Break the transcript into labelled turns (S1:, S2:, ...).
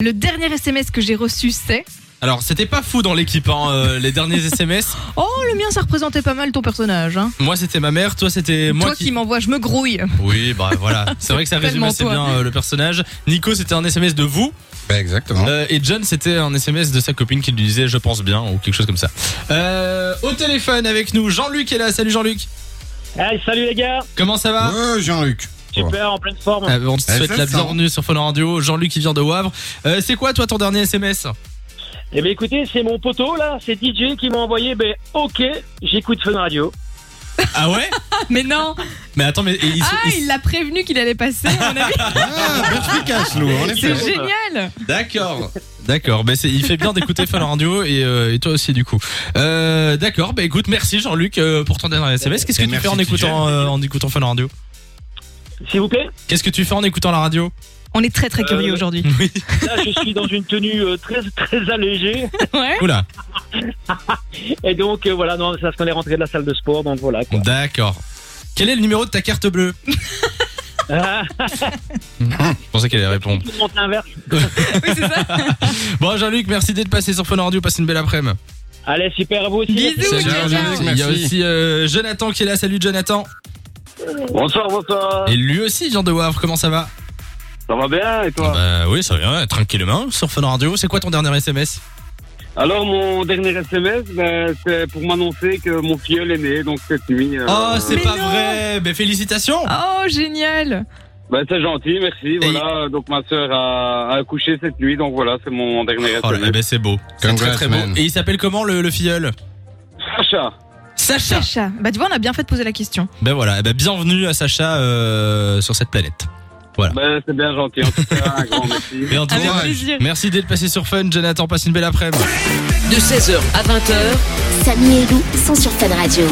S1: Le dernier SMS que j'ai reçu, c'est
S2: Alors, c'était pas fou dans l'équipe, hein, euh, les derniers SMS.
S1: Oh, le mien, ça représentait pas mal ton personnage. Hein.
S2: Moi, c'était ma mère, toi, c'était moi
S1: Toi qui, m'envoie, je me grouille.
S2: Oui, bah voilà. C'est vrai que ça résume
S1: Tellement
S2: assez
S1: toi.
S2: bien euh, le personnage. Nico, c'était un SMS de vous.
S3: Bah, exactement.
S2: Euh, et John, c'était un SMS de sa copine qui lui disait je pense bien ou quelque chose comme ça. Euh, au téléphone avec nous, Jean-Luc est là. Salut Jean-Luc.
S4: Hey, salut les gars,
S2: Comment ça va
S3: Ouais, Ah, Jean-Luc.
S4: super, en pleine forme.
S2: Euh, On te
S3: Eh,
S2: souhaite
S3: ça,
S2: la
S3: ça.
S2: bienvenue sur Fun Radio. Jean-Luc qui vient de Wavre. Euh, c'est quoi, toi, ton dernier SMS
S4: Eh ben écoutez, c'est mon poteau là, c'est DJ qui m'a envoyé, ben ok, j'écoute Fun Radio.
S2: Ah ouais
S1: Mais non
S2: Mais attends, mais il, il-
S1: Ah,
S2: il-
S1: il l'a prévenu qu'il allait passer, à mon avis.
S3: Ah, perspicace, Lou, en
S1: C'est
S3: effet.
S4: bon.
S1: génial
S2: D'accord. D'accord, mais c'est- il fait bien d'écouter Fun Radio et, euh, et toi aussi du coup. Euh, D'accord, bah écoute, merci Jean-Luc euh, pour ton dernier SMS. Qu'est-ce que
S3: Et
S2: tu
S3: merci,
S2: fais en écoutant, euh, en écoutant Fun Radio
S4: S'il vous plaît,
S2: Qu'est-ce que tu fais en écoutant la radio
S1: On est très très
S4: Euh,
S1: curieux aujourd'hui.
S2: Oui.
S4: là je suis dans une tenue euh, très très allégée.
S1: Ouais.
S2: Oula.
S4: Et donc euh, voilà, non, c'est parce qu'on est rentré de la salle de sport, donc voilà quoi.
S2: D'accord. Quel est le numéro de ta carte bleue
S4: Ah,
S2: Je pensais qu'elle allait répondre.
S4: tout le monde inverse.
S1: Oui, c'est ça.
S2: Bon Jean-Luc, merci d'être passé sur Fun Radio. Passe une belle après-midi.
S4: Allez, super, à vous aussi.
S1: Bisous.
S2: Salut,
S1: ciao,
S2: Jean-Luc.
S3: ciao.
S2: Il y a
S3: Merci.
S2: aussi euh, Jonathan qui est là. Salut Jonathan.
S5: Bonsoir, bonsoir.
S2: Et lui aussi vient de Wavre. Comment ça va
S5: Ça va bien et toi
S2: Bah oui, ça va. Tranquillement sur Fun Radio. C'est quoi ton dernier SMS
S5: Alors, mon dernier SMS, ben, c'est pour m'annoncer que mon filleul est né, donc cette nuit. euh,
S2: Oh, c'est
S1: Mais
S2: pas
S1: non.
S2: vrai. Mais félicitations.
S1: Oh, génial
S5: ben, c'est gentil, merci. Voilà, donc ma soeur a, a accouché cette nuit, donc voilà, c'est mon dernier
S2: Oh là, eh
S5: SMS.
S2: ben c'est beau. C'est
S3: Congrats,
S2: très très beau.
S3: man.
S2: Et il s'appelle comment le, le filleul
S5: Sacha,
S2: Sacha.
S1: Sacha, bah tu vois, on a bien fait de poser la question.
S2: Ben voilà, eh ben bienvenue à Sacha euh, sur cette planète.
S5: ben, c'est bien gentil, en tout cas, un grand merci.
S2: Et en tout
S1: Avec
S2: cas,
S1: plaisir.
S2: merci d'être passé sur Fun. Jonathan, passe une belle après-midi.
S6: De 16h à 20h,
S7: Samy et Lou sont sur Fun Radio.